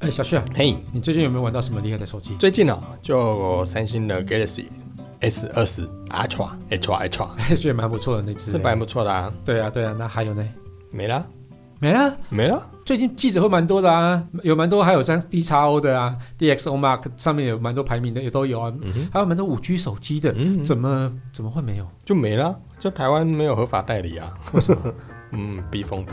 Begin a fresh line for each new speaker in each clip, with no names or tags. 哎，小旭啊，
嘿，
你最近有没有玩到什么厉害的手机？
最近哦，就三星的 Galaxy S 二十 Ultra Ultra Ultra
觉得蛮不错的那只哎
是。蛮不错的啊，
对啊，对啊，那还有呢？
没啦，
没了。
没啦，
最近记者会蛮多的啊，有蛮多，还有像 DXO 的啊，DXO Mark 上面有蛮多排名的，也都有啊，
嗯哼，
还有蛮多五 G 手机的，
嗯
怎么怎么会没有？
就没啦，就台湾没有合法代理啊，
为什么？
嗯，避风头。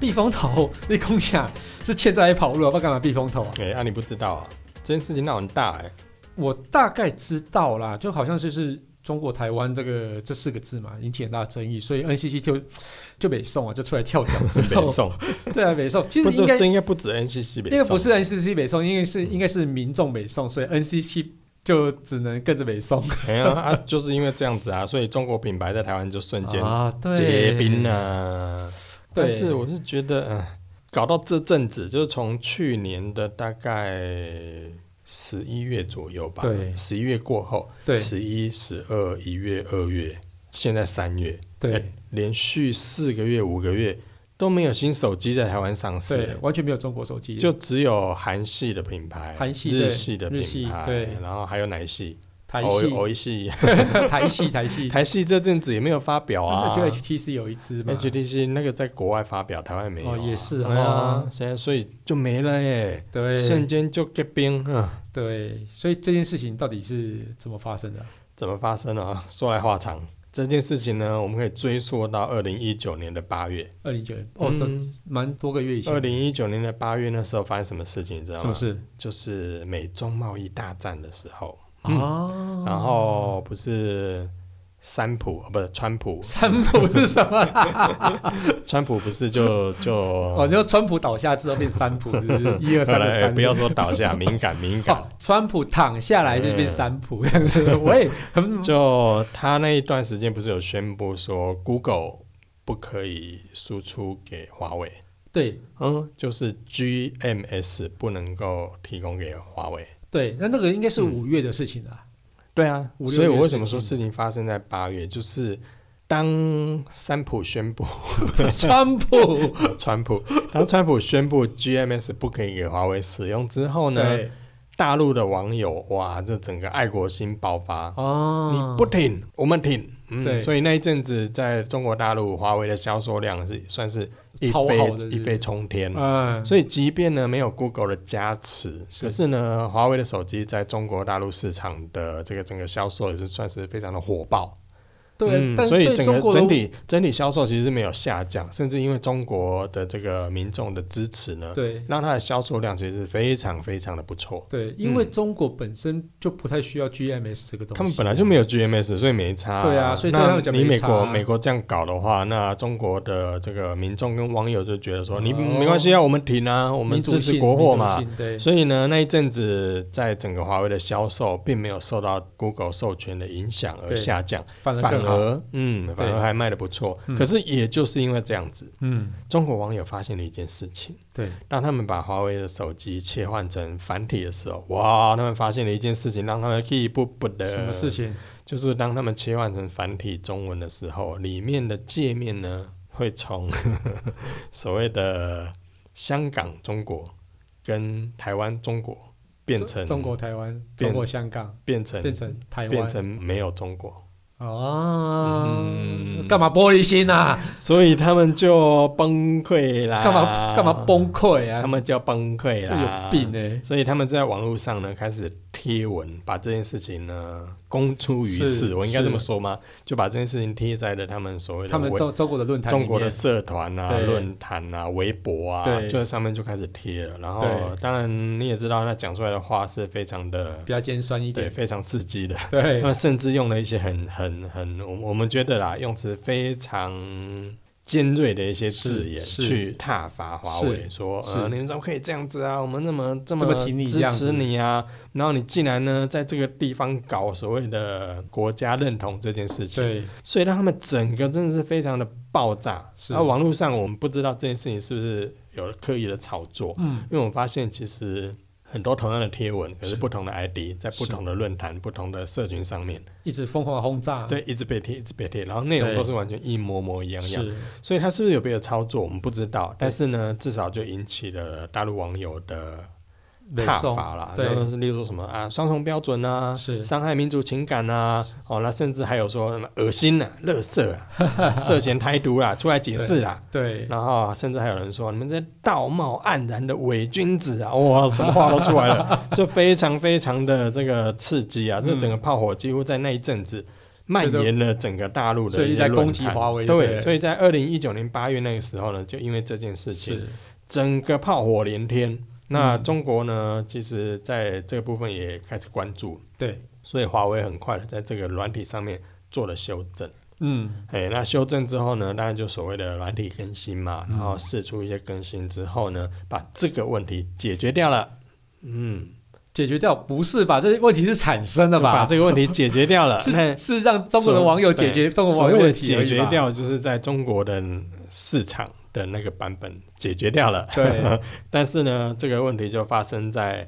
避风头，你空想是欠债跑路，不知道干嘛避风头啊？
哎、啊，你不知道啊，这件事情闹很大哎、
我大概知道啦，就好像就是中国台湾这个这四个字嘛，引起很大的争议，所以 NCC 就就北宋啊，就出来跳脚之
北
后，
宋，
对啊，北宋其
不
实应
这
该
这应该不止 NCC 北
因为
宋，
不是啊 NCC 北宋，因为是应该是民众北宋，所以 NCC 就只能跟着北宋
哎呀啊，就是因为这样子啊，所以中国品牌在台湾就瞬间
啊，对，
结冰啊。
对
但是我是觉得，嗯、搞到这阵子，就是从去年的大概十一月左右吧，
对
十一月过后，
对
十一、十二、一月、二月，现在三月，
对
哎连续四个月、五个月都没有新手机在台湾上市、
对，完全没有中国手机，
就只有韩系的品牌、
韩系对
日系的
日系
品牌，
对
然后还有哪一系？
台
欧
系、
欧系、
台系、台系，
哦台系这阵子也没有发表啊。
就 HTC 有一只嘛，
HTC 那个在国外发表，台湾没有啊、
哦也是
对啊
哦，
现在所以就没了耶，
对，
瞬间就 get 冰，嗯，
对，所以这件事情到底是怎么发生的啊？
怎么发生的啊？说来话长，这件事情呢，我们可以追溯到二零一九年的八月，
二零九年哦，这蛮多个月以前。
二零一九年的八月那时候发生什么事情，你知道
是
吗
不？是？
就是美中贸易大战的时候，嗯
哦，，
然后不是三浦，哦，不是川普
川普是什么啦？
川普不 是就就
哦，你说川普倒下之后变三普，是不 是？一二
好
三
了
的
哎
三。
不要说倒下，敏感敏感
哦。，川普躺下来就变三普，我
哎
也很
就他那一段时间不是有宣布说，Google 不可以输出给华为，
对
嗯，就是 GMS 不能够提供给华为。
对。那那个应该是五月的事情啊。
对啊，
五六
所以
月
我为
事
什么说
情
事情发生在八月，就是当三浦宣布， 嗯
川普
川普当川普宣布 GMS 不可以给华为使用之后呢，
对
大陆的网友哇，这整个爱国心爆发，
哦
你，不挺，我们挺。
对
嗯，所以那一阵子在中国大陆，华为的销售量是算是一
超好
飞
的
一飞冲天。
嗯，
所以即便呢没有 Google 的加持，
是
可是呢，华为的手机在中国大陆市场的这个整个销售也是算是非常的火爆。
对，
嗯
但是
所以
对
整
中
个
国
整
的
体整体销售其实是没有下降，甚至因为中国的这个民众的支持呢，
对
让它的销售量其实是非常非常的不错。
对，因为中国本身就不太需要 GMS 这个东西，啊
嗯他们本来就没有 GMS，所以没差、
对啊所以对他
那
们讲
你
没
美
差
国
啊
美国这样搞的话，那中国的这个民众跟网友就觉得说，你
哦
没关系啊，我们停啊，我
我
们支持国货嘛。，
对，
所以呢，那一阵子在整个华为的销售并没有受到 Google 授权的影响而
对
下降，
反而
反
更好。
而嗯，反
对
而还卖的不错
嗯。
可是也就是因为这样子，
嗯，
中国网友发现了一件事情。
对，
当他们把华为的手机切换成繁体的时候，哇！他们发现了一件事情，让他们一步步的
什么事情？
就是当他们切换成繁体中文的时候，里面的界面呢会从 所谓的香港中国跟台湾中国变成
中中国台湾、
变
中国香港，
变成
变成台湾，
变成没有中国，
哦，
嗯
干嘛玻璃心啊？
所以他们就崩溃啦。
干嘛干嘛？崩溃啊？
啊他们就崩溃
这
啦。
有病欸呢？
所以他们在网络上呢开始贴文，把这件事情呢公诸于
是
世，我应该
是
这么说吗？就把这件事情贴在了他们所谓的
他们
微
中中国的论坛里
中
面，
国的社团啊、
对
论坛啊、微博啊，
对
就在上面就开始贴了。然后
对，
当然你也知道，那讲出来的话是非常的
比，较尖酸一
对，
点，
非常刺激的。
对
那甚至用了一些很、很、很，我我们觉得啦，用词非常尖锐的一些字眼
是是
去挞伐华为，
是
说呃
是
你们怎么可以这样子啊？我们那么这
这么挺
支
你这样
持
子
你啊，然后你竟然呢在这个地方搞所谓的国家认同这件事情，
对，
所以让他们整个真的是非常的爆炸。
是
那网络上我们不知道这件事情是不是有刻意的炒作，
嗯，
因为我发现其实很多同样的贴文，可是
是
不同的 ID 在不
是
同的论坛、不同的社群上面，
一直疯狂地轰炸，
对，一直被贴，一直被贴，然后内容
对
都是完全一模模一样样。
是，
所以它是不是有别的操作，我们不知道。但是呢，至少就引起了大陆网友的
北
挞
宋
伐啦，
对
然后是例如说什么啊，双重标准啊，
是
伤害民族情感啊，哦，那甚至还有说什么恶心啊、垃 圾啊、涉嫌台独啦，出来解释啦。
对，
然后啊甚至还有人说你们这道貌岸然的伪君子啊，哇，什么话都出来 了，就非常非常的这个刺激啊！
嗯
这整个炮火几乎在那一阵子蔓延了整个大陆的
所以
一
一直
些
在
论
攻击
坛
华为就对
对，
了
所以在二零一九年八月那个时候呢，就因为这件事情，
是
整个炮火连天。那中国呢，其实在这个部分也开始关注，
对，
所以华为很快的在这个软体上面做了修正。
嗯，
哎，那修正之后呢，当然就所谓的软体更新嘛，然后试出一些更新之后呢，把这个问题解决掉了。嗯，
解决掉不是吧？这些问题是产生的
就把
吧？。
这个问题解决掉 了
是
那
是让中国的网友解决
所
中国网友
所谓
问
的
题
解
而已
决
吧？
掉，就是在中国的市场的那个版本解决掉了。
对，
但是呢，这个问题就发生在，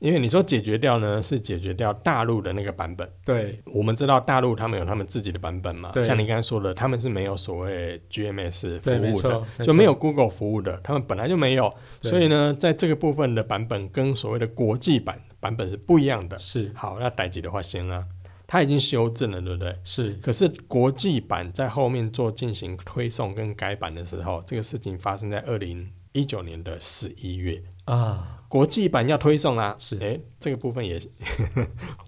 因为你说解决掉呢，是解决掉大陆的那个版本。
对，
我们知道大陆他们有他们自己的版本嘛，
对
像你刚才说的，他们是没有所谓 GMS 服
对没
务
错
的，
没
就没
错
有 Google 服务的，他们本来就没有，
对
所以呢，在这个部分的版本跟所谓的国际版版本是不一样的。
是
好，那逮几的话先啊，它已经修正了，对不对？
是，
可是国际版在后面做进行推送跟改版的时候，这个事情发生在二零一九年的十一月，
啊，
国际版要推送啦、
是
哎，这个部分也，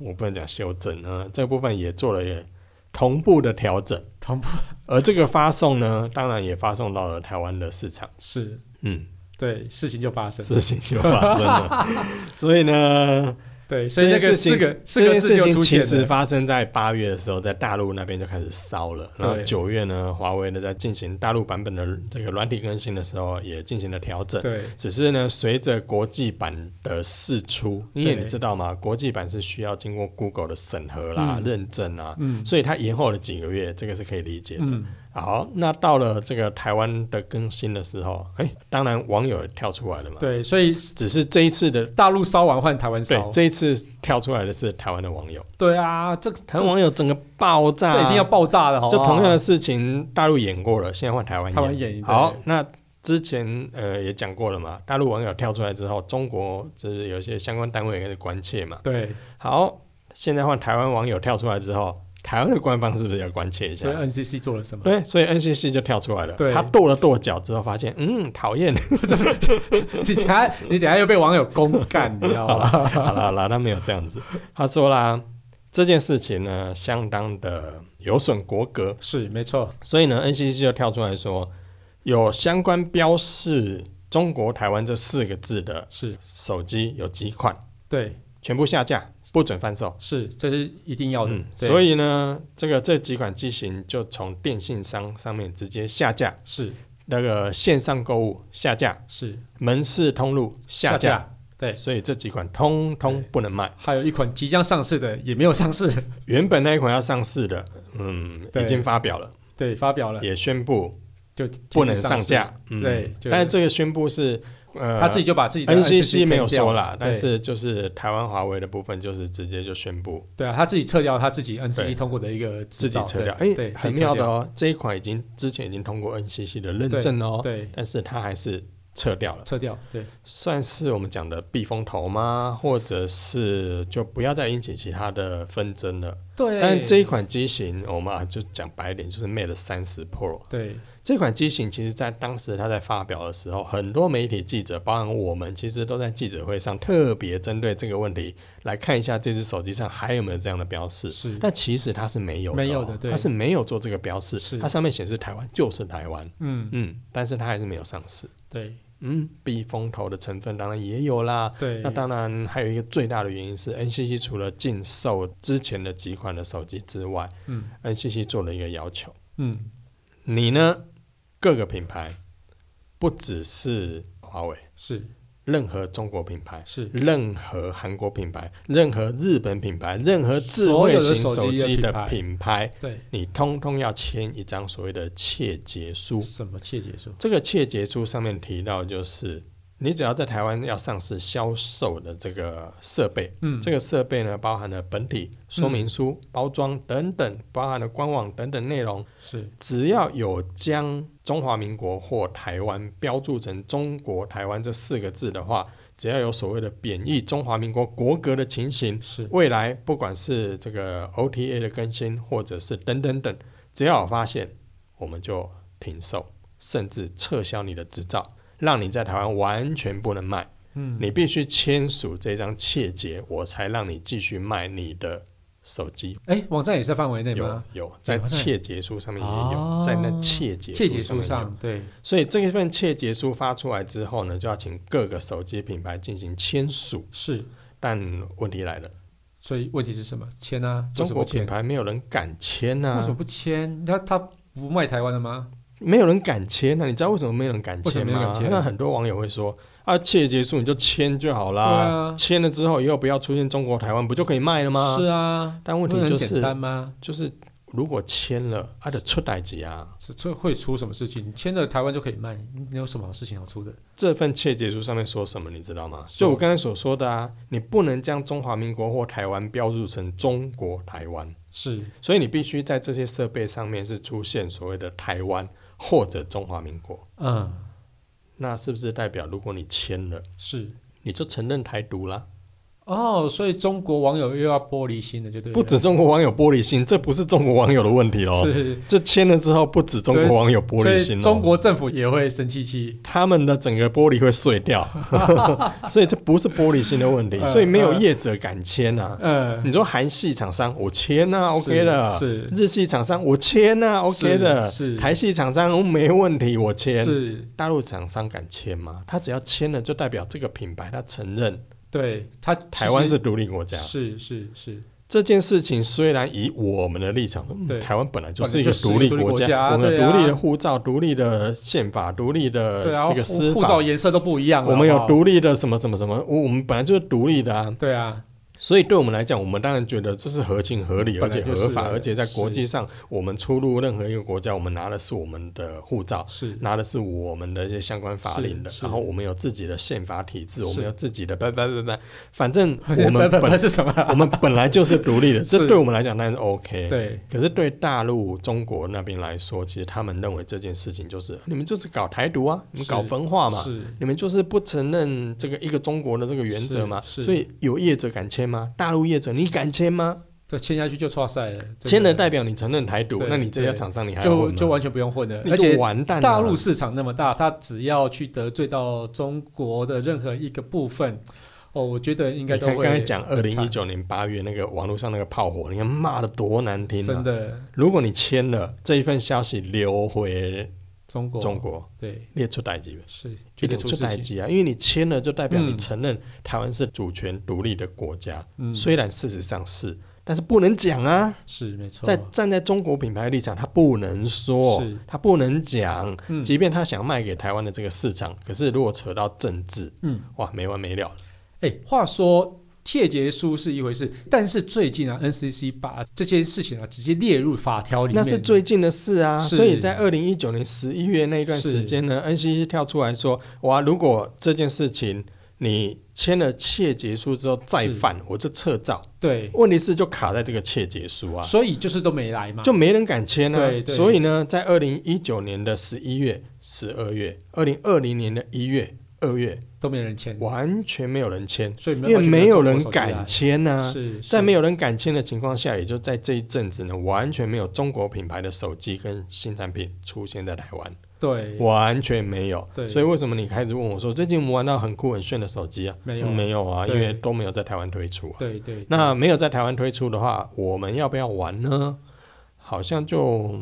我不能讲修正啊，这个部分也做了也同步的调整，
同步
而这个发送呢，当然也发送到了台湾的市场，
是，
嗯，
对，事情就发生，
事情就发生了，所以呢，
对，所以那
这件
个
事情
四个四
这
个
件
字
事
就
情
出
其
现
实
了，
发生在八月的时候，在大陆那边就开始烧了，然后
对
九月呢，华为呢在进行大陆版本的这个软体更新的时候，也进行了调整，
对，
只是呢，随着国际版的释出，因为
对
你知道吗？国际版是需要经过 Google 的审核啦、
嗯
认证啊，
嗯
所以它延后了几个月，这个是可以理解的。
嗯，
好，那到了这个台湾的更新的时候，哎，当然网友也跳出来了嘛。
对，所以
只是这一次的，
大陆烧完换台湾
对
烧，，
这一次跳出来的是台湾的网友，
对啊，这这
台湾网友整个爆炸，
这一定要爆炸的，好
啊就
不好？
同样的事情，大陆演过了，现在换台湾
台湾演一代
好，那之前呃也讲过了嘛，大陆网友跳出来之后，中国就是有一些相关单位也开始关切嘛。
对，
好，现在换台湾网友跳出来之后，台湾的官方是不是要关切一下
所以？NCC 做了什么？
对，所以 NCC 就跳出来了，
对
他跺了跺脚之后，发现嗯讨厌，
你等下，你等下又被网友公干，你知道吗？
好了好了，他没有这样子，他说啦，这件事情呢相当的有损国格，
是，没错，
所以呢，NCC 就跳出来说，有相关标示“中国台湾”这四个字的
是
手机有几款，
对，
全部下架，不准贩售。
是，这是一定要的。
嗯，
对
所以呢，这个这几款机型就从电信商上面直接下架，
是
那个线上购物下架，
是
门市通路下架，
对。
所以这几款通通不能卖。
还有一款即将上市的也没有上市，
原本那一款要上市的，嗯，
对
已经发表了，
对，发表了
也宣布
就停止
不能
上
上
市
架。嗯、
对就
但是这个宣布是，呃，
他自己就把自己的
NCC 没有
NCC
说啦，
对
但是就是台湾华为的部分，就是直接就宣布
对啊，他自己撤掉他自己
对
NCC 通过的一个
自
执
己
照
撤掉。
对
哎、
对，
很
自己撤
妙的
掉，
哦，这一款已经之前已经通过 NCC 的认证哦，
对，
但是它还是撤掉了，
撤掉，对，
算是我们讲的避风头吗？或者是就不要再引起其他的纷争了？
对，
但这一款机型，我们啊就讲白一点，就是 Mate 三十 Pro
对
这款机型，其实在当时它在发表的时候，很多媒体记者，包含我们，其实都在记者会上特别针对这个问题来看一下这只手机上还有没有这样的标示。
是，
但其实它是没有的哦、
没有的对
它是没有做这个标示，
是
它上面显示台湾就是台湾，
嗯，
嗯，但是它还是没有上市，
对
嗯，避风头的成分当然也有啦。
对
那，当然还有一个最大的原因是，NCC 除了禁售之前的几款的手机之外
嗯
，NCC 做了一个要求，
嗯，
你呢各个品牌，不只是华为，
是
任何中国品牌。
是
任何韩国品牌、任何日本品牌、任何智
所
慧
有的
型
手
手
机的
机的
品牌
品牌，
对
你通通要签一张所谓的切结书。
什么切结束？
这个切结书上面提到，就是你只要在台湾要上市销售的这个设备，
嗯，
这个设备呢包含了本体、说明书、包装等等，包含了官网等等内容，
是
只要有将中华民国或台湾标注成中国台湾这四个字的话，只要有所谓的贬义中华民国国格的情形，
是
未来不管是这个 OTA 的更新，或者是等等等，只要有发现，我们就停售，甚至撤销你的执照，让你在台湾完全不能卖。
嗯，
你必须签署这张切结，我才让你继续卖你的手机。
哎，网站也是范围内
有
吗？
有，在
好像
切结书上面也
哦
有，在那切结
切结
书
书
上面有
上，对，
所以这一份切结书发出来之后呢，就要请各个手机品牌进行签署。
是。
但问题来了，
所以问题是什么？签啊，为
中
什么
国
不签
品？牌没有人敢签
为什么
啊，
不签？他他不卖台湾的吗？
没有人敢签啊。你知道为什么没有人敢
为什么
签
没有人
吗？
签
那很多网友会说啊，切结书你就签就好啦
对啊，
签、了之后以后不要出现中国台湾，不就可以卖了吗？
是啊，
但问
不
题
很
就
简单
是
吗？
就是如果签了，啊，就出代级啊。
这这会出什么事情？签了台湾就可以卖，你有什么好事情好出的？
这份切结书上面说什么，你知道吗？
说
就我刚才所说的啊，你不能将中华民国或台湾标注成中国台湾，
是
所以你必须在这些设备上面是出现所谓的台湾或者中华民国。
嗯，
那是不是代表如果你签了，
是
你就承认台独啦？
哦，所以中国网友又要玻璃心了，就对了。
不止中国网友玻璃心，这不是中国网友的问题喽。
是，
这签了之后，不止中国网友玻
所
璃
以
心
中
哦。
国政府也会生气气。
他们的整个玻璃会碎 掉，所以这不是玻璃心的问题，所以没有业者敢签啊。
嗯
你说韩系厂商我签啊，OK 的；
是
日系厂商我签啊，OK 的；
是
台系厂商没问题，我
是
签。
是，
大陆厂商敢签吗？他只要签了，就代表这个品牌他承认
对他其实
台湾是独立国家。
是是是
这件事情虽然以我们的立场，
对
嗯台湾本来就
本来
是一个
就是
独立
一个独立
国
国家
我们
对啊
有独立的护照、独立的宪法、独立的
对啊，
呃这个司
护护
法，
照颜色都不一样了，啊
我们有
好不好
独立的什么什么什么，我我们本来就是独立的啊。
对啊，
所以对我们来讲，我们当然觉得这是合情合理，而
本来
且
就
合
是
法，
啊
而且在国
是
际上，我们出入任何一个国家，我们拿的是我们的护照。
是
拿的是我们的一些相关法令的
是，是
然后我们有自己的宪法体制，
是
我们有自己的拜拜拜拜，反正我
我
们
们
本
本来是什么？
我们本来就是独立的，
是
这对我们来讲当然是 OK。，
对，
可是对大陆中国那边来说，其实他们认为这件事情就是你们就是搞台独啊，你们
是
搞分化嘛，
是
你们就是不承认这个一个中国的这个原则嘛，
是是
所以有业者敢签吗？大陆业者你敢签吗？
这签下去就错赛了，这个
签了代表你承认台独，
对
那你这家
对
厂商你还要
就
混吗
就完全不用混了，
你
而
就
且
完蛋了。
大陆市场那么大，他只要去得罪到中国的任何一个部分，哦，我觉得应该
你
都
看
会
刚才讲二零一
很惨
九年八月那个网络上那个炮火，你看骂的多难听、啊。
真，的
如果你签了这一份消息流回
中国
中国，
对
列出代级，
是绝对
一定
哦出
出
事
代
情，
级啊！因为你签了，就代表你
嗯
承认台湾是主权独立的国家，
嗯，
虽然事实上是，但是不能讲啊。
是没错，
在站在中国品牌的立场，他不能说
是，
他不能讲。
嗯
即便他想卖给台湾的这个市场，可是如果扯到政治，
嗯，
哇，没完没了。
哎，话说窃结书是一回事，但是最近啊，NCC 把这件事情啊直接列入法条里
那
面，
是最近的事啊，
是
所以在二零一九年十一月那一段时间呢，NCC 跳出来说，哇，如果这件事情你签了窃结书之后再
是
犯，我就撤照。
对，
问题是就卡在这个窃结书啊，
所以就是都没来嘛，
就没人敢签啊。
对对
所以呢，在二零一九年的十一月、十二月、二零二零年的一月、二月，
都没人签，
完全没有人签，
所以
因
没
为
完全
没
没
有
中
人
国手机
敢
来
签啊。
是
在没
有
有人敢签的情况下，也就在这一阵子呢，完全没有中国品牌的手机跟新产品出现在台湾，
对
完全没有。
对
所以为什么你开始问我说，最近我们玩到很酷很炫的手机啊？
没有
没有啊，因
对
为都没有在台湾推出啊。
对对，
那没有在台湾推出的话，我们要不要玩呢？好像就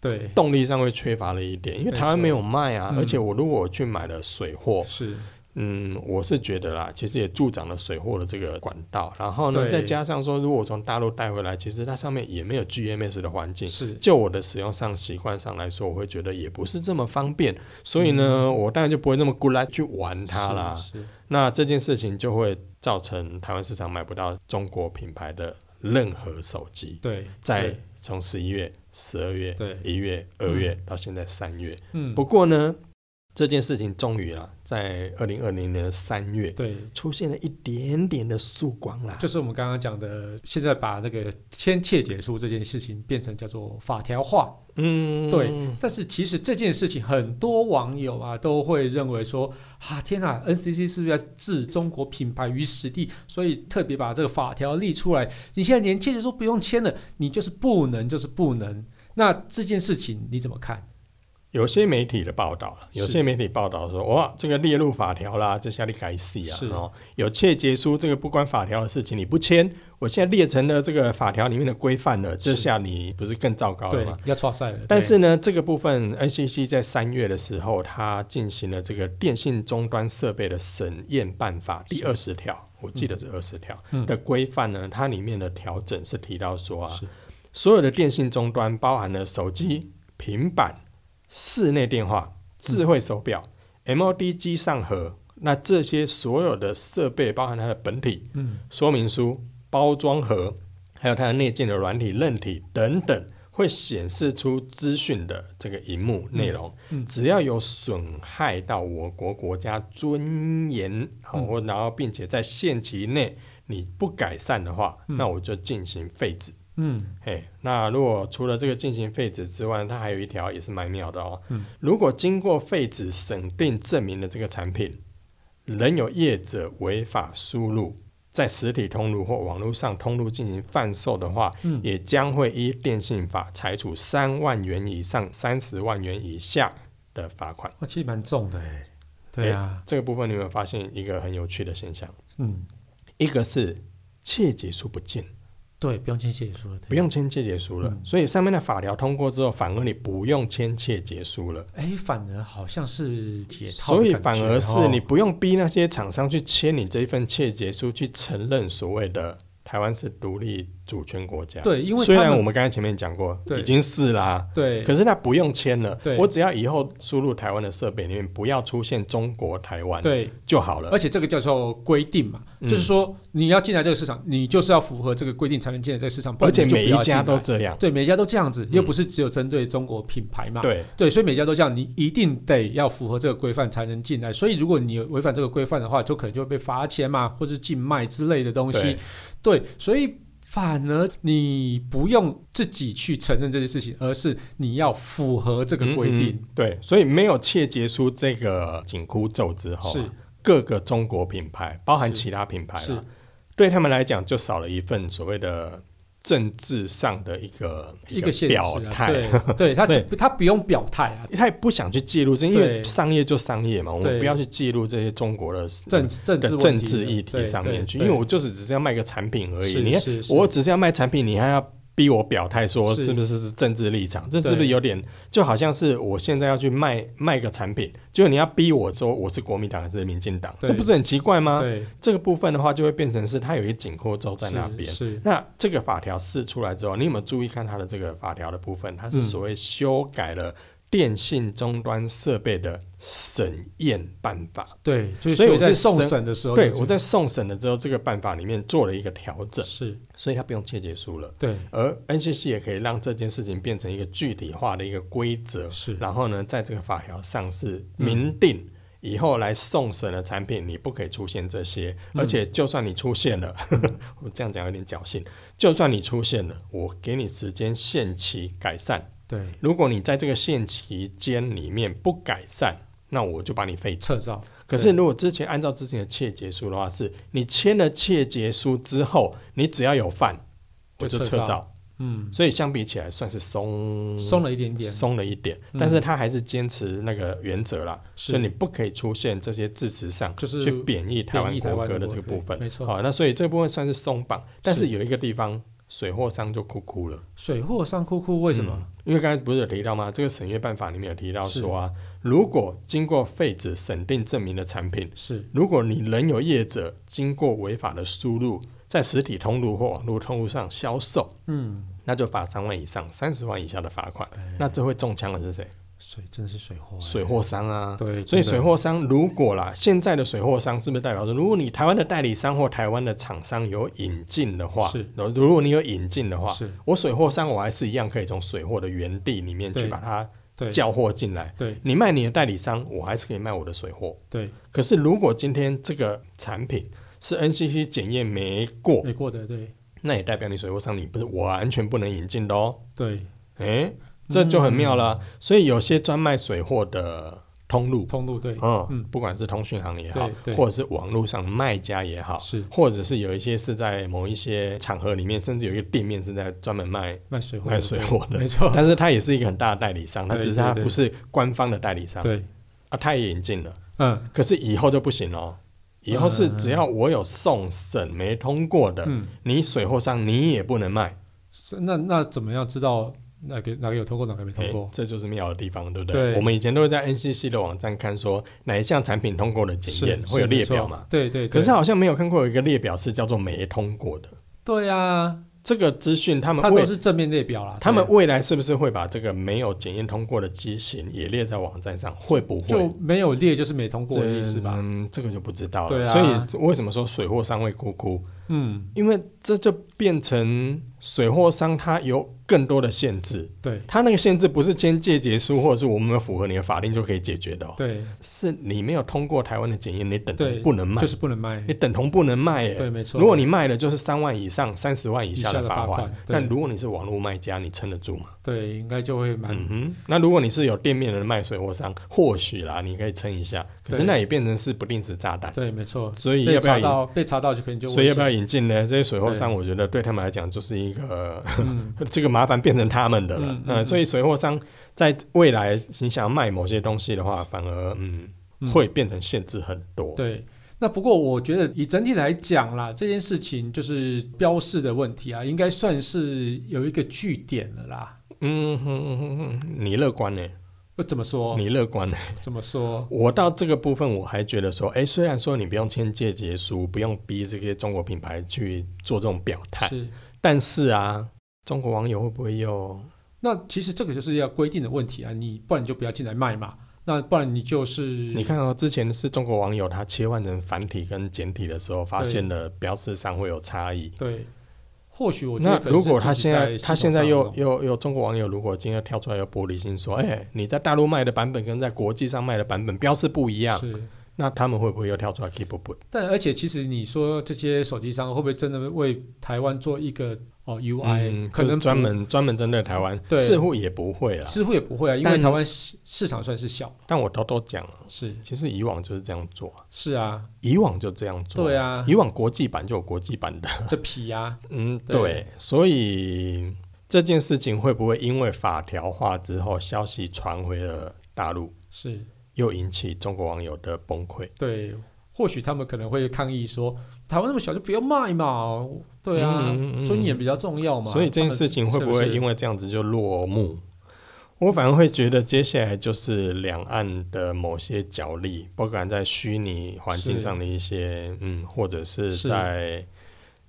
对
动力上会缺乏了一点，因为
没错
台湾没有卖啊，
嗯
而且我如果我去买了水货，
是
嗯，我是觉得啦，其实也助长了水货的这个管道。然后呢，
对
再加上说，如果我从大陆带回来，其实它上面也没有 GMS 的环境。
是
就我的使用上习惯上来说，我会觉得也不是这么方便，所以呢，我当然就不会那么孤来去玩它啦。
嗯是是
那这件事情就会造成台湾市场买不到中国品牌的任何手机，
对，
在从十一月、十二月、
对对，
一月、二月到现在三月。
嗯，
不过呢，这件事情终于啦，在二零二零年的三月
对，
出现了一点点的曙光啦。
就是我们刚刚讲的，现在把那个签切结书这件事情变成叫做法条化。
嗯，
对但是其实这件事情，很多网友啊都会认为说，啊天呐 n c c 是不是要置中国品牌于死地？所以特别把这个法条立出来。你现在连切结书不用签了，你就是不能，就是不能。那这件事情你怎么看？
有些媒体的报道啦，
是
有些媒体报道说，哇，这个列入法条啦，这下你该死啊！
是
哦，有切结书，这个不关法条的事情，你不签，我现在列成了这个法条里面的规范了，这
是
下你不是更糟糕了
对
吗？，
要抓赛了。
但
对
是呢，这个部分 NCC 在三月的时候，它进行了这个电信终端设备的审验办法第二十条，我记得是二十条、
嗯
的规范呢，它里面的调整是提到说啊
是，
所有的电信终端包含了手机、平板、室内电话、智慧手表、MOD 机上盒，那这些所有的设备包含它的本体、
嗯，
说明书、包装盒，还有它的内建的软体、韧体等等，会显示出资讯的这个荧幕内容。
嗯嗯
只要有损害到我国国家尊严，
嗯
好、或然后并且在限期内你不改善的话，那我就进行废止。
嗯，
嘿，那如果除了这个进行废止之外，它还有一条也是蛮妙的哦。
嗯
如果经过废止审定证明的这个产品，仍有业者违法输入，在实体通路或网络上通路进行贩售的话，
嗯
也将会依电信法裁处三万元以上三十万元以下的罚款。
哇，其实蛮重的哎。对啊，
这个部分你有没有发现一个很有趣的现象？
嗯，
一个是窃结书不见。
对，不用签协议书了，对
不。用签切结书了。
嗯
所以上面的法条通过之后，反而你不用签切结书了，
哎，反而好像是解套
所
的感
以
觉哦，
反而是你不用逼那些厂商去签你这一份切结书，去承认所谓的台湾是独立主权国家。，
对，因为
虽
他
然
们
我们刚才前面讲过，
对
已经是啦。
对
可是他不用签了
对，
我只要以后输入台湾的设备里面不要出现中国台湾
对，
就好了。
而且这个叫做规定嘛，
嗯
就是说你要进来这个市场，你就是要符合这个规定才能进来这个市场，不
而
然
且
你就
每
不
一
要进
家
来
都这样，
对，每一家都这样子，
嗯
又不是只有针对中国品牌嘛。
对，
对，所以每一家都这样，你一定得要符合这个规范才能进来。所以如果你有违反这个规范的话，就可能就会被罚钱嘛，或是禁卖之类的东西
对。
对，所以反而你不用自己去承认这件事情，而是你要符合这个规定。
嗯嗯对，所以没有切结出这个紧箍咒之后、啊，
是
各个中国品牌，包
是
含其他品牌、啊，
是
对他们来讲就少了一份所谓的政治上的一个
一个现
表
实啊，
态。
对，对他
对
他不用表态啊，
他也不想去介入这，因为
对
商业就商业嘛，我们
对
不要去介入这些中国的
政政
的
治
嗯政
问题
治
的
议题
对
上面去，因
对
为我就是只是要卖个产品而已。
是
你看，
是是
我只是要卖产品，你还要逼我表态说
是
是不是是政治立场？这是不
对
是有点就好像是我现在要去卖卖个产品，就你要逼我说我是国民党还是民进党，
对
这不是很奇怪吗？
对
这个部分的话，就会变成是它有一个紧扣咒在那
是
边。
是
那这个法条释出来之后，你有没有注意看它的这个法条的部分？它
嗯
是所谓修改了电信终端设备的审验办法。
对，就是
所
所
以
以
我
在
是
送
审
审的时候就
对
这，样，
我在送审了之后，这个办法里面做了一个调整，
是
所以它不用切结书了。
对
而 NCC 也可以让这件事情变成一个具体化的一个规则，
是
然后呢，在这个法条上是
嗯
明定。以后来送审的产品，你不可以出现这些，
嗯
而且就算你出现了， 我这样讲有点侥幸，就算你出现了，我给你时间限期改善。
对
如果你在这个限期间里面不改善，那我就把你废除。
撤照，
可是如果之前按照之前的切结书的话，是你签了切结书之后，你只要有犯，我
就
就
撤
撤
照
照。
嗯，
所以相比起来算是松
松了一点点，
嗯松了一点，
嗯
但是他还是坚持那个原则啦，
是
所以你不可以出现这些字词上
就是
去贬义台湾
贬义台
国
湾
歌
的
的
国
这个部
歌
分，
没错
好、那所以这部分算是松绑，但
是
是有一个地方水货商就哭哭了，
水货上哭哭，为什么？
嗯因为刚才不是有提到吗？这个审阅办法里面有提到说啊，如果经过废止审定证明的产品，
是
如果你仍有业者经过违法的输入，在实体通路或网络通路上销售，
嗯，哎
那就罚三万以上三十万以下的罚款。那这会中枪的是谁？
水真的是水货、
水货商啊。
对，
所以
真
水
的
货商如果啦，现在的水货商是不是代表说，如果你台湾的代理商或台湾的厂商有引进的话
是，
如如果你有引进的话，
是
我水货商我还是一样可以从水货的原地里面去
对
把它
对
叫货进来。
对
你卖你的代理商，我还是可以卖我的水货。
对
可是如果今天这个产品是 NCC 检验没过，
美国的对
那也代表你水货商你不是完全不能引进的哦。
对
诶，这就
嗯
很妙了。所以有些专卖水货的通路，
通路对
嗯，
嗯
不管是通讯行也好
对，对
或者是网络上卖家也好，
是
或者是有一些是在某一些场合里面，甚至有一个店面是在专门卖
卖水货
卖
的
水
嗯对
货的，
没错
但是它也是一个很大的代理商，它
对
只是它
对对
不是官方的代理商
对
啊，它也引进了，
嗯
可是以后就不行哦。以后是只要我有送审没通过的，
嗯，
你水货商你也不能卖。
是那那怎么样知道哪个哪个有通过哪个没通
诶
过？
哎这就是妙的地方，对不对？
对
我们以前都会在 NCC 的网站看说哪一项产品通过了哎检验，
是
会有列？
是没
表
错
嘛。
对对，对
可是好像没有看过有一个列表是叫做没通过的
对啊，
这个资讯，他们
它
未
都是正面列表啦。
他们
对
未来是不是会把这个没有检验通过的机型也列在网站上？会不
就
会？
没有列就是没通过的意思吧？
嗯，这个就不知道了。
对啊
所以为什么说水货商会哭哭？
嗯，
因为这就变成水货商它有更多的限制，
对
它那个限制不是签借结书或者是我们有符合你的法令就可以解决的、哦，
对，
是你没有通过台湾的检验，你等
对
同不能卖，
就是不能卖
你。等同不能卖耶。
对，没错。
如果你卖的就是三万以上、三十万以下
以下的罚
罚
款对
那如果你是网络卖家，你撑得住吗？
对，应该就会蛮
嗯哼。那如果你是有店面的卖水货商，或许啦，你可以撑一下。可是
对
那也变成是不定时炸弹，
对，没错。
所以
被
要不要
查
引？
到被查到就可能就
所以要不要
危
引进呢？这些水货商，我觉得对他们来讲就是一个、
险嗯
这个麻烦变成他们的了。
嗯
嗯，
嗯
所以水货商在未来你想要卖某些东西的话，反而嗯
嗯
会变成限制很多。
对。那不过我觉得以整体来讲啦，这件事情就是标示的问题啊，应该算是有一个据点了啦。
嗯哼嗯哼嗯哼，你乐观呢、
我怎么说？
你乐观呢、
怎么说？
我到这个部分，我还觉得说，哎，虽然说你不用签借结书，不用逼这些中国品牌去做这种表态，
是。
但是啊，中国网友会不会又
那其实这个就是要规定的问题啊，你不然你就不要进来卖嘛，那不然你就是
你看哦，之前是中国网友他切换成繁体跟简体的时候，发
对
现了标识上会有差异。
对，或许我觉
那
得可能
如果
是
他
自己
现在
系
他现
统
在
上哦
又
弄
又又中国网友如果今天跳出来有玻璃心说，哎，你在大陆卖的版本跟在国际上卖的版本标示不一样，
是，
那他们会不会又跳出来 keep 不不？
但而且其实你说这些手机商会不会真的为台湾做一个哦 UI，、
嗯，
可
就是
能不
专门专门针对台湾，
对
似乎也不会啊。
似乎也不会啊，因为
但
台湾市市场算是小，
但我偷偷讲啊，
是
其实以往就是这样做啊，
是啊，
以往就这样做。
对，啊
以往国际版就有国际版的。
的皮啊，
嗯，
对
对。所以这件事情会不会因为法条化之后，消息传回了大陆，
是
又引起中国网友的崩溃？
对，或许他们可能会抗议说台湾那么小就不要卖嘛，对啊，
嗯嗯嗯嗯
尊严比较重要嘛，
所以这
他
件
们
事情会不会
是
因为这样子就落幕？我反而会觉得，接下来就是两岸的某些角力，不管在虚拟环境
是
上的一些，嗯，或者是
是
在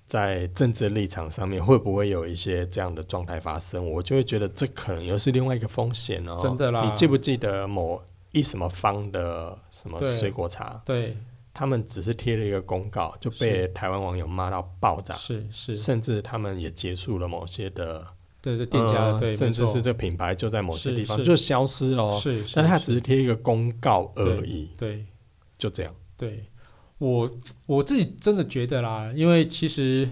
在政治立场上面，会不会有一些这样的状态发生？我就会觉得这可能又是另外一个风险哦。
真的啦
你记不记得某一什么方的什么
对
水果茶，
对
他们只是贴了一个公告，就被台湾网友骂到爆炸。
是是
甚至他们也结束了某些的
对对，店家、
嗯
对，
甚
没
至
错
是这品牌就在某些
是
地方
是
就消失了哦，
是是，
但它
是
只是贴一个公告而已，
对
就这样。
对，我我自己真的觉得啦，因为其实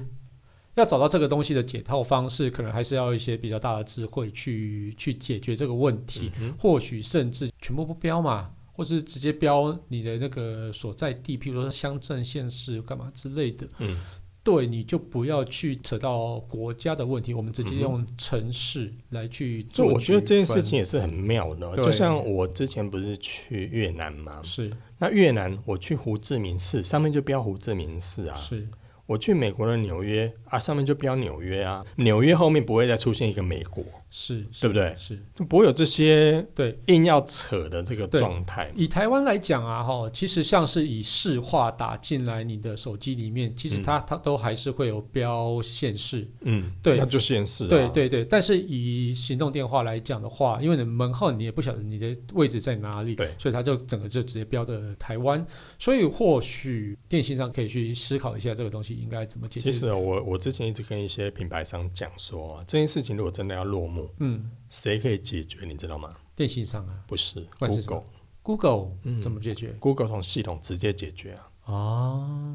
要找到这个东西的解套方式，可能还是要一些比较大的智慧去去解决这个问题。
嗯
或许甚至全部不标嘛，或是直接标你的那个所在地，譬如说乡镇、县市干嘛之类的。
嗯，
对，你就不要去扯到国家的问题，我们直接
嗯哼
用城市来去
就
做区分。
我觉得这件事情也是很妙的哦，
对
就像我之前不是去越南嘛，
是
那越南我去胡志明市上面就标胡志明市啊，
是
我去美国的纽约啊上面就标纽约啊，纽约后面不会再出现一个美国，
是，是
对不对
是
就不会有这些
对。
硬要扯的这个
对
状态。
以台湾来讲啊，哈，其实像是以市话打进来你的手机里面，其实它、它都还是会有标现示，
嗯，
对
那就现实、啊。
对，对对，但是以行动电话来讲的话，因为你门号你也不晓得你的位置在哪里，
对
所以它就整个就直接标的台湾，所以或许电信上可以去思考一下这个东西应该怎么解决。
其实，哦我我之前一直跟一些品牌商讲说、啊，这件事情如果真的要落幕，
嗯，
谁可以解决？你知道吗？
电信上啊
不是
不然是什
Google，
，Google
嗯
怎么解决？
Google 从系统直接解决啊。
哦，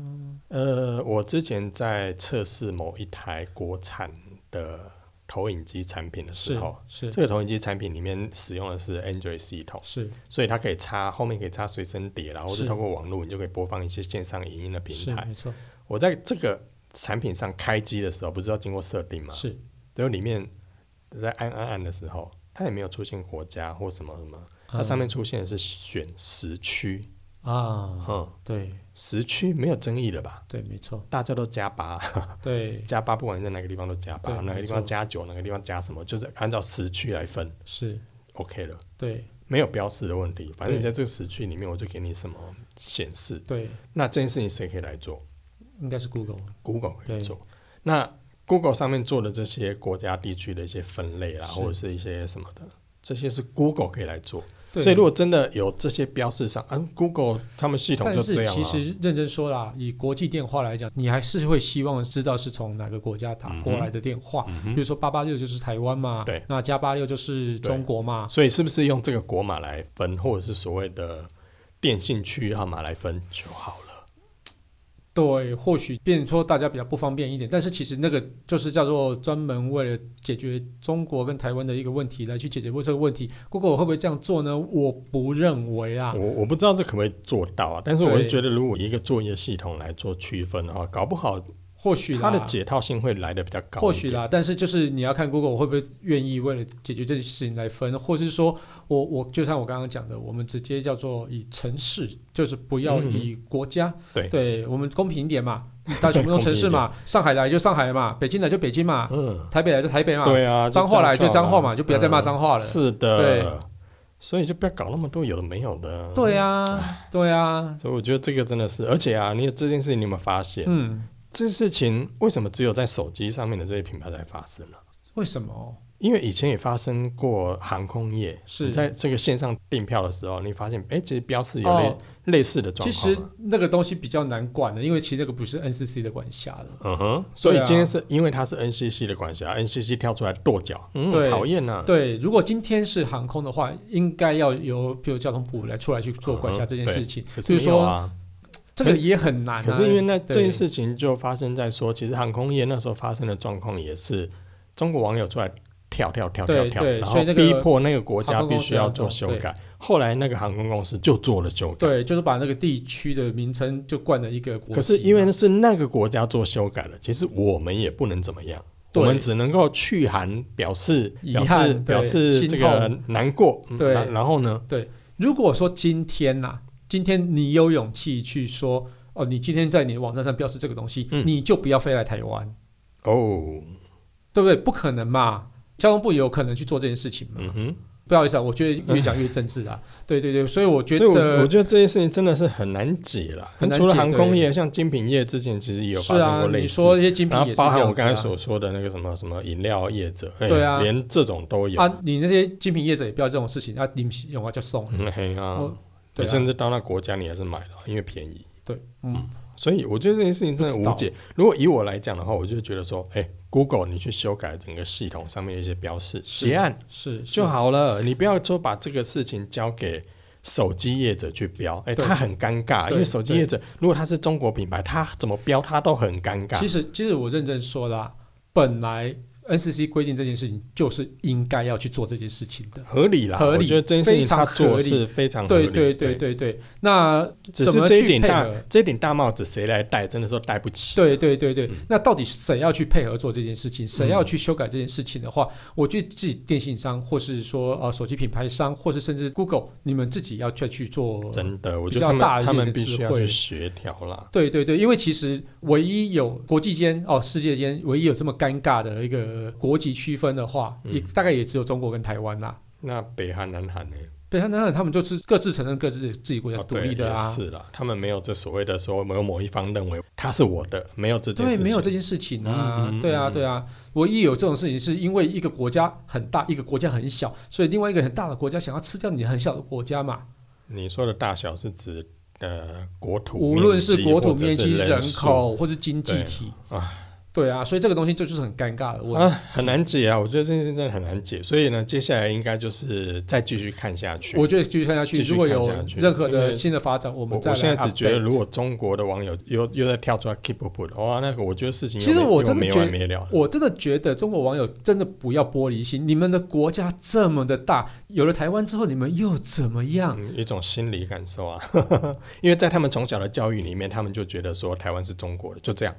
呃，我之前在测试某一台国产的投影机产品的时
是
候，
是
哦这个投影机产品里面使用的是 Android 系统，
是
所以它可以插后面可以插随身碟啦，然后
是
是通过网络你就可以播放一些线上影音的
是
平台。
没错，
我在这个产品上开机的时候，不是要经过设定吗？
是
然后里面在按按按的时候，它也没有出现国家或什么什么，它
嗯
上面出现的是选时区，
啊，
嗯，
对
时区没有争议了吧？
对没错，
大家都加八，
对
加八，不管在哪个地方都加八，
对
哪个地方
没错
加九，哪个地方加什么，就是按照时区来分
是，
，OK 了，
对
没有标示的问题。反正你
对
在这个时区里面，我就给你什么显示。
对，
那这件事情谁可以来做
应该是 Google
？Google 可以
对
做。那 Google 上面做的这些国家地区的一些分类啦，
是
或者是一些什么的，这些是 Google 可以来做。
对。
所以如果真的有这些标示上，嗯、g o o g l e 他们系统
但
就是这样、啊。
其实认真说啦，以国际电话来讲，你还是会希望知道是从哪个国家打过来的电话。
嗯
比如
哼，
说八八六就是台湾嘛，
对
那加八六就是中国嘛，
所以是不是用这个国码来分，或者是所谓的电信区域号码来分就好了？
对，或许变说大家比较不方便一点，但是其实那个就是叫做专门为了解决中国跟台湾的一个问题来去解决这个问题。Google 会不会这样做呢？我不认为啊，
我我不知道这可不可以做到啊，但是我
对
是觉得，如果以一个作业系统来做区分的话，搞不好
或许啦
它的解套性会来的比较高。
或许，啦，但是就是你要看 Google 会不会愿意为了解决这件事情来分，或是说我我就像我刚刚讲的，我们直接叫做以城市，就是不要
嗯
以国家，
对
对我们公平一点嘛，大家全部 都城市嘛，上海来就上海嘛，北京来就北京嘛，
嗯，
台北来就台北嘛，
对啊，
脏话来就脏话
好
嘛，
了
就不要再骂脏话了。
嗯是的，
对，
所以就不要搞那么多有的没有的。
对，啊，对啊，
所以我觉得这个真的是，而且啊，你有这件事情你有没有发现？
嗯，
这事情为什么只有在手机上面的这些品牌才发生呢？
为什么哦
因为以前也发生过航空业，
是
你在这个线上订票的时候，你发现哎，其实标示有类、
哦
类似的状
其
况啊
实
嘛。
那个东西比较难管的，因为其实那个不是 NCC 的管辖的。
嗯哼，所以
对啊
今天是因为它是 NCC 的管啊辖，NCC 跳出来跺脚，嗯，
对
讨厌呐。
对，如果今天是航空的话，应该要由比如交通部来出来去做管
嗯
辖
哼
这件事情。
可是
比如
没有
说、
啊，
这个也很难、啊。
可是因为那
对
这件事情就发生在说，其实航空业那时候发生的状况也是中国网友出来跳跳跳跳
对
跳，
对
然
所
后
以那个
逼迫那个国
航
家
空
必
公司
须要
要
做
弄
修
对
改。后来那个航空公司就做了修改，
对，就是把那个地区的名称就冠了一个国籍嘛。
可是因为那是那个国家做修改了，其实我们也不能怎么样，
对
我们只能够去函表示
遗
表
憾
示
对
表示
心
这个难过，嗯
对
然然后呢，
如果说今天呐、今天你有勇气去说哦，你今天在你的网站上标示这个东西，
嗯
你就不要飞来台湾，
哦，
对不对？不可能嘛。交通部也有可能去做这件事情嘛？
嗯哼，
不好意思啊，我觉得越讲越政治啊。对对对，所以我觉
所以我我
得
觉得这件事情真的是很难解了。
很难
除了
解
航空
对
业，像精品业之前其实也有
是
发生
啊
过，类
你
似
说
的，
一些精品
然
也是
后
这
包
样子、
含
啊。
我刚才所说的那个什么什么饮料业者，哎
对啊
连这种都有，
啊，你那些精品业者也不要这种事情，啊，你用啊就送，
嗯嘿啊
我，对
你
啊
甚至到那国家你还是买的，因为便宜。
对，嗯，
所以我觉得这件事情真的无解。如果以我来讲的话，我就觉得说，哎、g o o g l e 你去修改整个系统上面的一些标示，
是
结案
是
就，好了。你不要说把这个事情交给手机业者去标，哎、
对
他很尴尬，
对
因为手机业者如果他是中国品牌，他怎么标他都很尴
是其
尬。
实其实我认真说啦，本来 NCC 规定这件事情就是应该要去做这件事情的。
合理啦，
合理
我觉得这件事情
非常
他做
合
的
理
是非嗯常合理
对
的。
对对对对，那
只
怎
是
么
这一
去
顶
配
大
合
这一顶大帽子谁来戴，真的说戴不起。
对对对
嗯
对，那到底谁要去配合做这件事情？谁要去修改这件事情的话，我觉得自己电信商，或是说呃手机品牌商，或是甚至 Google，你们自己要再去做
真的，我
比
觉得
较
他
大
们
一
他
点
们
的
必
智
须要去
慧
协调啦。
对对对，因为其实唯一有国际间哦世界间唯一有这么尴尬的一个个国籍区分的话，
嗯
也大概也只有中国跟台湾啦。
那北韩、南韩呢？
北韩、南韩他们就是各自承认各自自己国家
啊
是独立的啊
对，也是啦，他们没有这所谓的说没有某一方认为他是我的，没有这件事
对，
情，
没有这件事情啊，
嗯嗯
对啊，
嗯
对啊。唯一有这种事情，是因为一个国家很大，一个国家很小，所以另外一个很大的国家想要吃掉你很小的国家嘛。
你说的大小是指呃国土面积，
无论是国土面积、
或者是
人
数
口或是经济体
对啊，
对啊，所以这个东西这就是很尴尬的问
啊
题。，
很难解啊，我觉得这件事真的很难解。所以呢，接下来应该就是再继续看下去。
我觉得继续看下去，
继续
如果
看
有
下去
任何
因
的
为
新的发展，我
我
们再
我
来。
现在只觉得，如果中国的网友又又在跳出来 keep up，哇，那个我觉得事情又
其实
没
我
又
真的
没
觉
完
得
没了。
我真的觉得中国网友真的不要玻璃心，你们的国家这么的大，有了台湾之后，你们又怎么样？
嗯，一种心理感受啊， 因为在他们从小的教育里面，他们就觉得说台湾是中国的，就这样。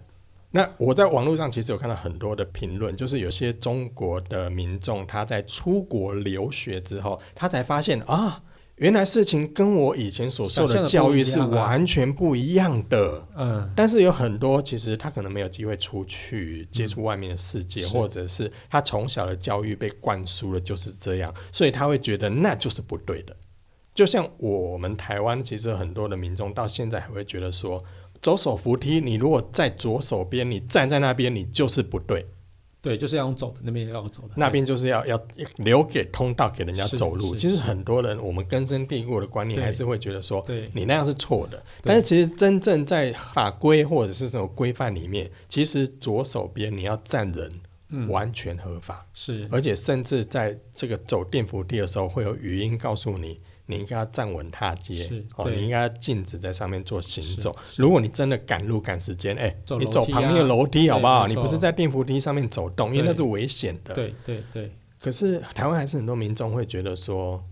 那我在网络上其实有看到很多的评论，就是有些中国的民众他在出国留学之后，他才发现啊，原来事情跟我以前所受
想象
的
的
教
不一
育是
样啊
完全不一样的。
嗯，
但是有很多其实他可能没有机会出去接触外面的世界，
是
或者是他从小的教育被灌输了就是这样，所以他会觉得那就是不对的。就像我们台湾，其实很多的民众到现在还会觉得说，走手扶梯，你如果在左手边，你站在那边，你就是不对，
对，就是要用走的，那边也要用走的。
那边就是要要留给通道给人家
是
走路。
是
其实
是
很多人我们根深蒂固的观念
对
还是会觉得说，
对，
你那样是错的。
对
但是其实真正在法规或者是什么规范里面，其实左手边你要站人
嗯，
完全合法，
是
而且甚至在这个走电扶梯的时候，会有语音告诉你。你应该要站稳踏阶
是，
哦，
对
你应该要禁止在上面做行走。
是是
如果你真的赶路赶时间，哎、
走
你
楼
走
梯
旁边的
啊
楼梯好不好？
对没
你
错
不是在电扶梯上面走动，因为
对
那是危险的。
对对对，
可是台湾还是很多民众会觉得说，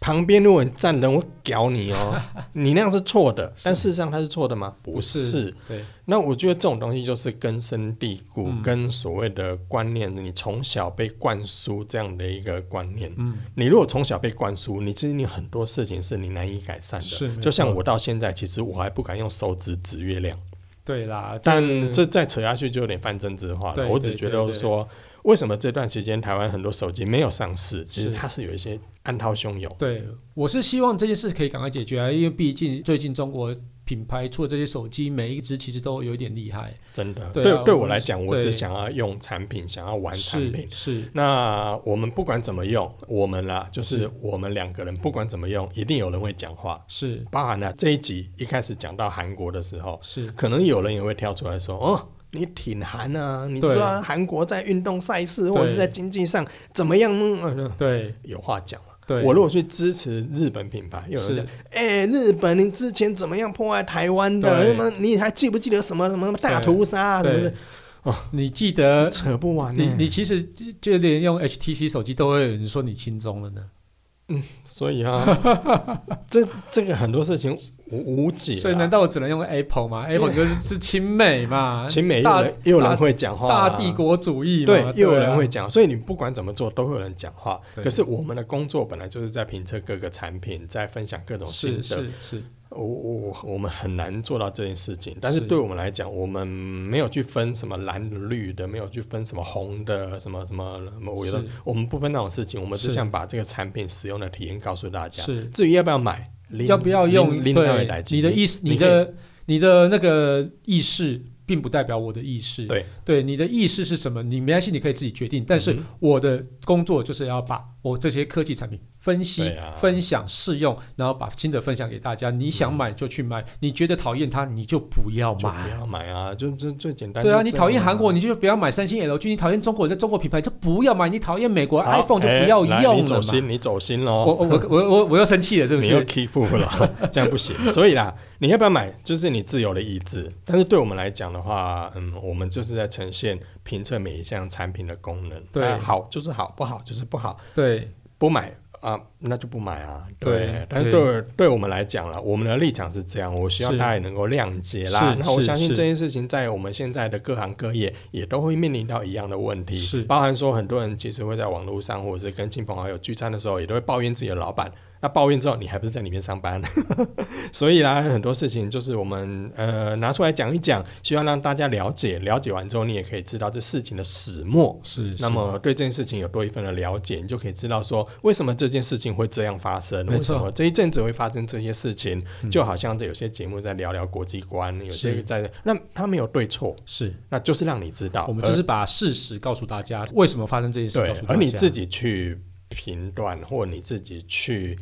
旁边如果你站人，我屌你 哦，你那样是错的。但事实上他是错的吗？不是。
对，
那我觉得这种东西就是根深蒂固，
嗯
跟所谓的观念，你从小被灌输这样的一个观念。
嗯，
你如果从小被灌输，你其实你很多事情是你难以改善
是
的。
没
就像
错
我到现在，其实我还不敢用手指指月亮。
对啦，
但
就
这再扯下去就有点泛政治化
对
了。我
对
只觉
对
得
对
说，为什么这段时间台湾很多手机没有上市，其实
是
它是有一些暗涛汹涌。
对我是希望这件事可以赶快解决啊，因为毕竟最近中国品牌出的这些手机，每一只其实都有一点厉害，
真的，
对啊
对
我
我
们
来
是
讲，我只
对
想要用产品，想要玩产
是
品。
是，
那我们不管怎么用，我们啦，就是
是
我们两个人不管怎么用，一定有人会讲话。
是
包含了这一集一开始讲到韩国的时候，
是，
可能有人也会跳出来说：“哦，你挺韩啊，你
对
对啊，韩国在运动赛事或者是
对
在经济上怎么样呢呃
对？”
有话讲。
对，
我如果去支持日本品牌，有人
是
讲，哎、日本你之前怎么样破坏台湾的？
对
什么？你还记不记得什么什么什么大屠杀啊什么
对
的？，
你记得
扯不完呢、
你你其实就就连用 HTC 手机都会有人说你轻中了呢，
所以 啊，这这个很多事情无无解、啊。
所以难道我只能用 Apple 吗？Apple 就是是亲美 嘛，
秦美又
大
人又有人会讲话、啊
大帝。国主义
对
嘛，，
又有人
啊
会讲，所以你不管怎么做，都会有人讲话。
对
可是我们的工作本来就是在评测各个产品，在分享各种心得
是。是是，
我我我我们很难做到这件事情，但是
是
对我们来讲，我们没有去分什么蓝的、绿的，没有去分什么红的、什么什么，我觉得
是
我们不分那种事情，我们只
是
想把这个产品使用的体验告诉大家。
是
至于要不要买，拎
要不要用？
拎拎到来
对，
讲
你的意识，
你
你的你的那个意识，并不代表我的意识。
对，
对，你的意识是什么？你没关系，你可以自己决定。但是
嗯
我的工作就是要把我这些科技产品分析
对、啊
分享、试用，然后把心得分享给大家。你想买就去买，你觉得讨厌它，你就不要
嗯就不
买。
要买啊，就这最简单就
对
这样。
啊，你讨厌韩国，你就不要买三星 LG；你讨厌中国的中国品牌，就不要买；你讨厌美国
好
iPhone 就
哎
不要
来你
用了
走
嘛。
心，你走心
我
喽。
我我我我我又生气了，是不
你又
是？
keep 不了， 这样不行。所以啦，你要不要买，就是你自由的意志。但是对我们来讲的话，嗯，我们就是在呈现评测每一项产品的功能。
对
啊好就是好，不好就是不好，
对，
不买啊，那就不买啊。
对
但是对对我们来讲了，我们的立场是这样，我希望
是
大家也能够谅解啦。
是
那我
是
相信
是
这件事情在我们现在的各行各业也都会面临到一样的问题，
是
包含说很多人其实会在网络上或者是跟亲朋好友聚餐的时候，也都会抱怨自己的老板。那抱怨之后，你还不是在里面上班？ 所以啦，很多事情就是我们呃拿出来讲一讲，希望让大家了解。了解完之后，你也可以知道这事情的始末。
是
那么对这件事情有多一份的了解，你就可以知道说为什么这件事情会这样发生，
没
为
错
什么这一阵子会发生这些事情。
嗯
就好像这有些节目在聊聊国际观，有
是
些在那他没有对错，
是
那就是让你知道，
我们就是把事实告诉大家，为什么发生这件事，
对
告诉，大家。
而你自己去评断，或你自己去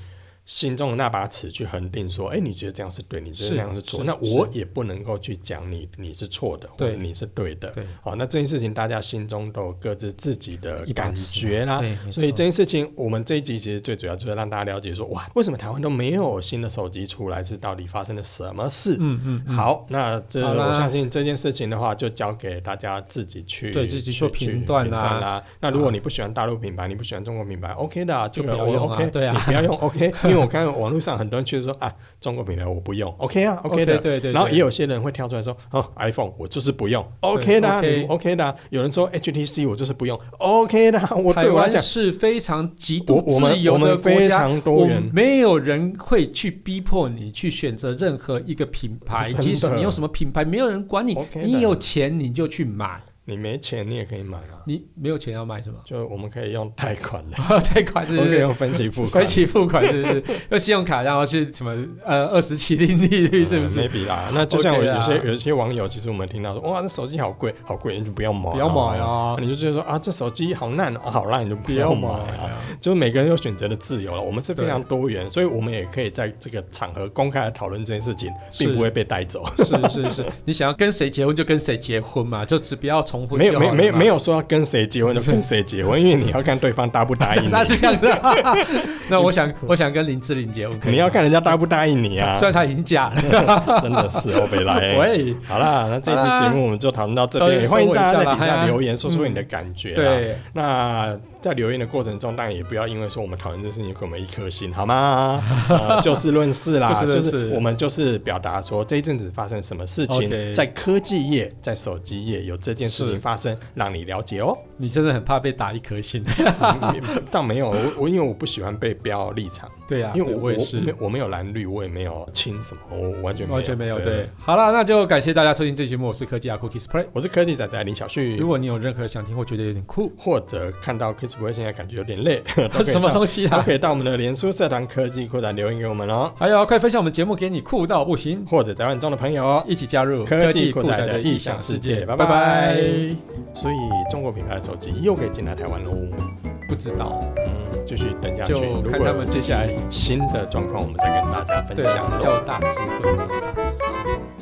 心中的那把尺去恒定，说，哎、你觉得这样是对，你觉
是
得那样是错，
是
那我也不能够去讲你你是错的，或
对
者你是对的。
对
好，那这件事情大家心中都有各自自己的
一把
感
尺
觉啦。
对，没
啊所以
错
这件事情，我们这一集其实最主要就是让大家了解说，哇，为什么台湾都没有新的手机出来？是到底发生了什么事？
嗯嗯嗯，
好，那这
好啦
我相信这件事情的话，就交给大家自己去
对自己
去
做
去
评断啦
啦。那如果你不喜欢大陆品牌，你不喜欢中国品牌，OK 的啊，这
就
个
不要
我
用啊
OK，
对啊
你不要用 OK，因为我看网络上很多人去说啊，中国品牌我不用，OK 啊，OK 的。
对对，
然后也
有
有些人会跳出来说，哦，iPhone 我就是不用，OK 的啊
OK
你，OK 的啊。有人说 HTC 我就是不用，OK 的啊。我
台
对我来
湾
讲，
是非常极度
我我
自
们我
由的
们
国
非
家。
常
我
多元，
没有人会去逼迫你去选择任何一个品牌，
真的
即使你用什么品牌，没有人管你。
OK 的
你有钱你就去买，
你没钱你也可以买啊。
你没有钱要买什么？
就我们可以用贷款的，
贷款 是不
我们可以
是？
用分期付款
分。期付款是不是？用信用卡，然后是什么？呃，二十七零利率是不
嗯
是？
？maybe 啦。那就像我
OK 啊啦
有些有些网友，其实我们听到说，哇，这手机好贵，好贵，你就不要买啊，
不要买啊！
你就觉得说啊，这手机好烂，啊好烂，你就
不
不
要
要
买
买
啊
啊。！就是每个人有选择的自由了，我们是非
对
常多元，所以我们也可以在这个场合公开的讨论这件事情，
是
并不会被带走。
是是是，你想要跟谁结婚就跟谁结婚嘛，就只不要重婚
没有没有没有没
有，
有说要跟谁结婚就跟谁结婚，因为你要看对方答不答应
那
你，
是这样的。啊 那我想我想跟林志玲结婚，可以啊
你要看人家答不答应你 啊
吗，。虽然她已经嫁了，
真的是欧北来、
喂，
好啦，那这一期节目我们就讨论到这
好啦
边，也欢迎大家在
稍微
底
收尾一下啦嗯
下留言，说说你的感觉啦。
对，
那在留言的过程中，当然也不要因为说我们讨论这事情给我们一颗星，好吗？呃就事论事啦，
就事论
就
事
是我们就是表达说这一阵子发生什么事情
OK
在科技业、在手机业有这件事情发生，让你了 解哦。
你真的很怕被打一颗星，
嗯倒没有，我我因为我不喜欢被标立场，
对啊，
因
对
为我
我也
没
是。
我没有蓝绿，我也没有亲什么，我完全没有
完全没有对，好了，那就感谢大家收听这期节目，我是科技阿酷 Kiss Play。
我是科技仔仔林小旭
如。果你有任何想听或觉得有点 酷，
或者看到 Chris 不会现在感觉有 点累，都可以
什么
到
东西
都
啊？
可以到我们的脸书社团科技库来留言给我们哦，
还有，啊快分享我们节目给你酷到不行，
或者台湾中的朋友哦。
一起加入
科技
酷
酷
宅
宅
的
的
异
异
想
想
世
世
界。
界，
拜
拜
拜
拜。。所以中国品牌的手机又可以进来台湾喽。
不知道。
嗯，继续等下去。
就
如
看
果
他们
接下来
自己
新的状况，我们再跟大家分
对，啊
享喽。
要大智慧，要大智慧。